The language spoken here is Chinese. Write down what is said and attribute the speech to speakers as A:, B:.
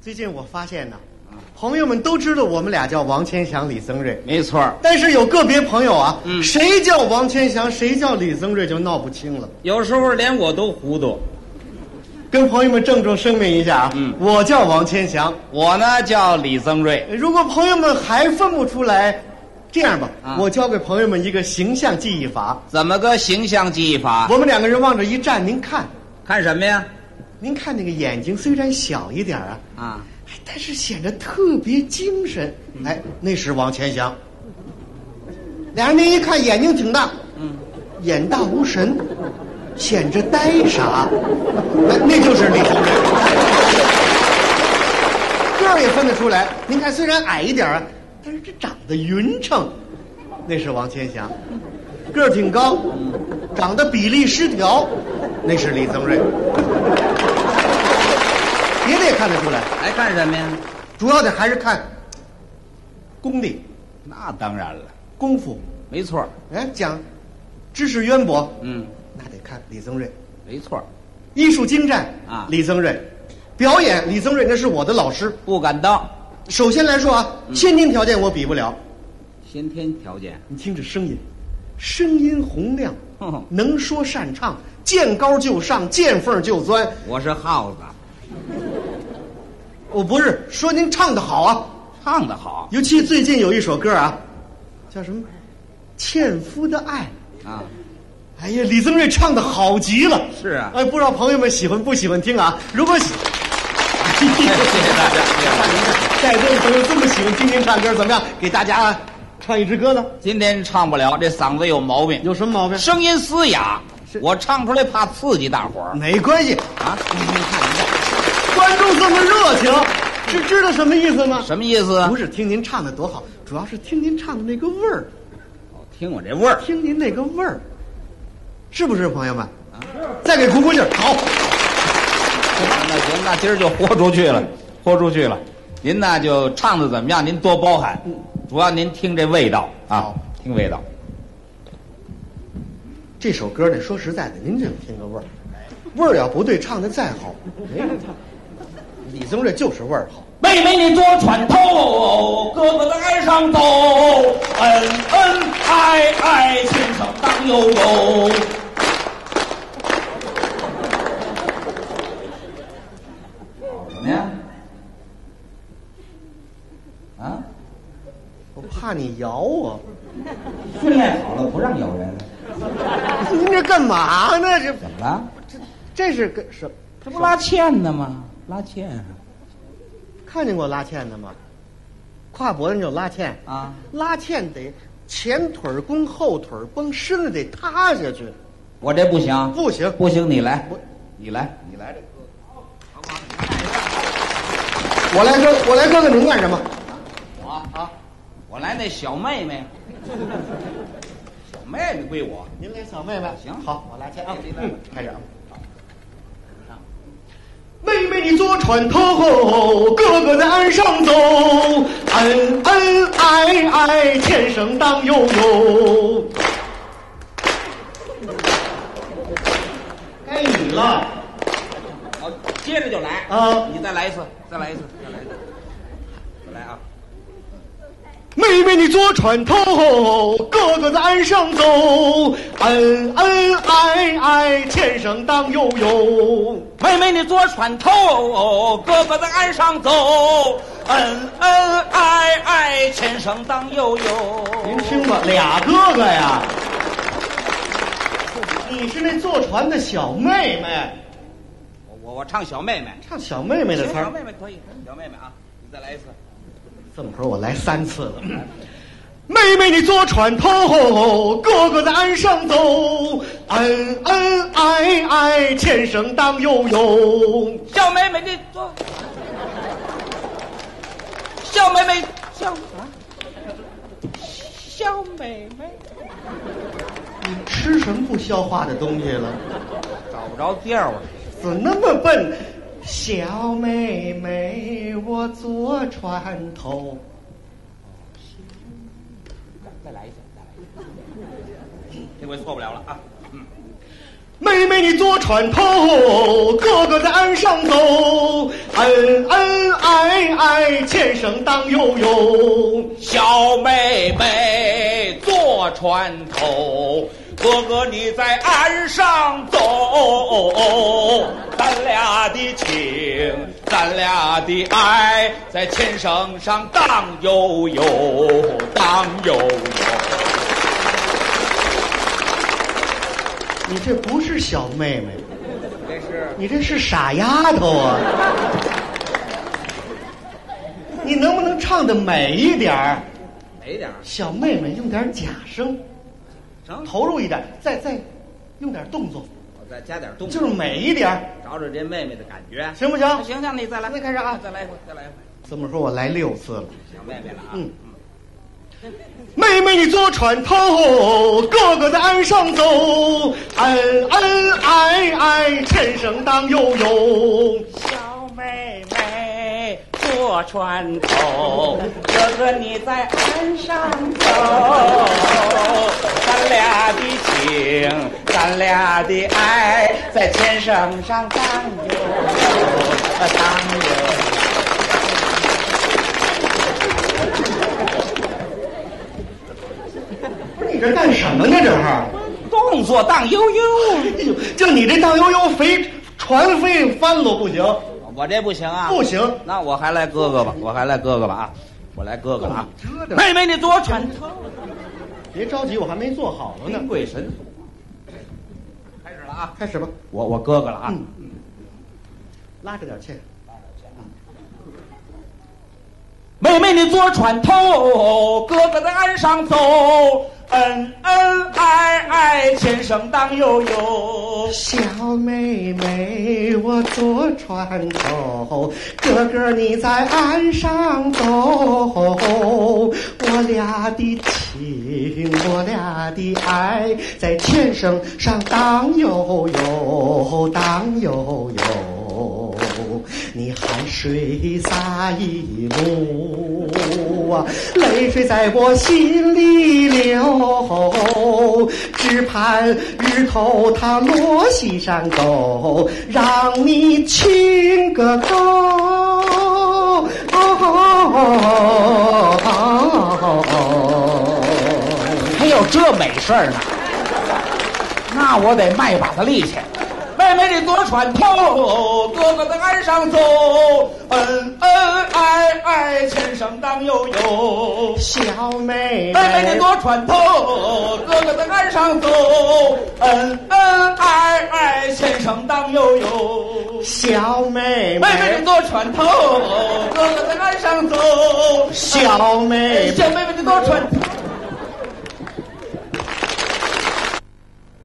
A: 最近我发现呢，朋友们都知道我们俩叫王千祥、李增瑞，
B: 没错儿，
A: 但是有个别朋友啊，
B: 嗯
A: 谁叫王千祥，谁叫李增瑞就闹不清了。
B: 有时候连我都糊涂。
A: 跟朋友们郑重声明一下啊，
B: 嗯
A: 我叫王千祥。
B: 我呢叫李增瑞，
A: 如果朋友们还分不出来，这样吧，
B: 啊
A: 我教给朋友们一个形象记忆法。
B: 怎么个形象记忆法？
A: 我们两个人往这一站，您看，
B: 看什么呀？
A: 您看那个眼睛虽然小一点儿啊，
B: 啊，
A: 哎但是显得特别精神。哎，那是王千祥。俩人您一看，眼睛挺大，
B: 嗯，
A: 眼大无神，显着呆傻。哎，那就是李同志。个儿也分得出来，您看虽然矮一点啊，但是这长得匀称，那是王千祥。个儿挺高，长得比例失调，那是李增瑞。别的也看得出来。
B: 还看什么呀？
A: 主要的还是看功力、
B: 那当然了，
A: 功夫。
B: 没错儿，
A: 哎，讲知识渊博，
B: 嗯，
A: 那得看李增瑞；
B: 没错儿，
A: 艺术精湛
B: 啊
A: 李增瑞；表演，李增瑞那是我的老师。
B: 不敢当，
A: 首先来说啊，先天条件我比不了，
B: 先天条件，
A: 你听这声音，声音洪亮
B: 哼哼，
A: 能说善唱，见高就上，见缝就钻。
B: 我是耗子，
A: 我哦不是说您唱的好啊，
B: 唱得好
A: 尤其最近有一首歌啊，叫什么《纤夫的爱》。
B: 啊，
A: 哎呀，李增瑞唱的好极了。
B: 是啊
A: 哎，不知道朋友们喜欢不喜欢听啊？如果喜，哎呀
B: 谢谢大家谢谢大
A: 在座的朋友这么喜欢听您唱歌，怎么样？给大家唱一支歌呢？
B: 今天唱不了，这嗓子有毛病，
A: 有什么毛病？
B: 声音嘶哑
A: 是，
B: 我唱出来怕刺激大伙儿
A: 没关系，
B: 啊。
A: 观众这么热情，是知道什么意思吗？
B: 什么意思？
A: 不是听您唱的多好，主要是听您唱的那个味儿，
B: 哦听我这味儿，
A: 听您那个味儿，是不是，朋友们？
B: 啊
A: 再给鼓鼓劲儿，好。
B: 那行，那今儿就豁出去了，豁出去了。您呢就唱的怎么样？您多包涵，主要您听这味道啊
A: 好，
B: 听味道。
A: 这首歌呢，说实在的，您就听个味儿，味儿要不对，唱的再好，没人唱。李宗瑞就是味儿好，
C: 妹妹你多穿
B: 哦
C: 透，哥哥的爱上走，恩恩爱爱，亲手当悠悠。
B: 什么呀？啊，
A: 我怕你咬我。
B: 训练好了不让咬人，
A: 您这干嘛呢？这
B: 怎么了？
A: 这是个什？
B: 这不拉纤呢吗？拉啊纤
A: 看见过拉纤的吗？挎脖子就拉纤，
B: 啊，
A: 拉纤得前腿儿弓，后腿儿绷，身子得塌下去。
B: 我这不行，
A: 不行
B: 不行，你来
A: 我，
B: 你来，你来这个。
A: 我来哥，我来哥哥，您干什么？
B: 我啊，我来那小妹妹，小妹妹归我。
A: 您来小妹妹，
B: 行
A: 好，我拉纤啊
B: 别，别
A: 嗯
B: 别，
A: 开始啊。妹妹你坐船头，哥哥在岸上走，恩恩爱爱，纤绳荡悠悠。该你了，
B: 好，接着就来
A: 啊
B: 你再来一次，再来一次，再来一次，再来啊！
A: 妹妹你坐船头，哥哥在岸上走，恩恩爱爱，纤绳荡悠悠。
C: 妹妹你坐船头，哥哥在岸上走，恩恩爱爱，亲手当悠悠。
A: 您听吧，俩哥哥呀，你是那坐船的小妹妹，
B: 我我我唱小妹妹，
A: 唱小妹妹的词
B: 行小
A: 儿。
B: 妹妹可以，小妹妹啊，你再来一次。
A: 这么会儿我来三次了。妹妹你坐船头，哥哥在岸上走，恩恩爱爱，纤绳荡悠悠。
C: 小妹妹你坐，小妹妹小啊，小妹妹。
A: 你吃什么不消化的东西了？
B: 找不着调了，
A: 怎么那么笨？小妹妹，我坐船头。
B: 再来一次，再来一次，这回错不了了啊！嗯，
A: 妹妹你坐船头，哥哥在岸上走，恩恩爱爱，纤绳荡悠
B: 啊
A: 悠。
C: 小妹妹坐船头，哥哥你在岸上走，咱俩的情，咱俩的爱，在纤绳上荡悠悠，荡悠悠。
A: 你这不是小妹妹，
B: 这是
A: 你这是傻丫头啊！你能不能唱的美一点儿？
B: 美点儿，
A: 小妹妹用点假声，
B: 成，
A: 投入一点，再再用点动作，
B: 我再加点动
A: 就
B: 作，
A: 是美一点儿，
B: 找找这妹妹的感觉。
A: 行不行？
B: 行行，你再来，
A: 那开始啊
B: 再来一回，再来一回，
A: 这么说，我来六次了。
B: 小妹妹了啊，
A: 嗯，妹妹你坐船头，哥哥在岸上走，恩恩爱爱，纤绳荡悠悠。
D: 小妹妹坐船头，哥哥你在岸上走。
C: 咱俩的情，咱俩的爱，在纤绳上荡悠
B: 啊
C: 悠，荡悠悠。
A: 不是你这干什么呢？这是？
B: 动作荡悠悠。
A: 哎呦，就你这荡悠悠肥船飞翻了不行，
B: 我这不行啊，
A: 不行，
B: 那我还来哥哥吧，我还来哥哥吧啊，我来哥哥了啊。
A: 折腾。
B: 妹妹，你多传头，
A: 别着急，我还没做好了呢。
B: 鬼神速开始了啊，
A: 开始吧。
B: 我我哥哥了啊，
A: 嗯，拉着点欠。
C: 妹妹你坐船头，哥哥在岸上走，恩恩爱爱，纤绳荡悠悠。
A: 小妹妹，我坐船头，哥哥你在岸上走，我俩的情，我俩的爱，在纤绳上荡悠悠，荡悠悠。你汗水洒一路啊，泪水在我心里流，只盼日头它落西山沟，让你亲个够。
C: 还有这美事儿呢？那我得卖把子力气。妹妹你坐船头，哥哥在岸上走，恩恩爱爱，纤绳荡悠悠。
A: 小妹
C: 妹妹你坐船头，哥哥在岸上走，恩恩爱爱，纤绳荡悠悠。
A: 小妹
C: 妹妹你坐船头，哥哥在岸上走。
A: 哎小妹妹。
C: 小妹妹你坐船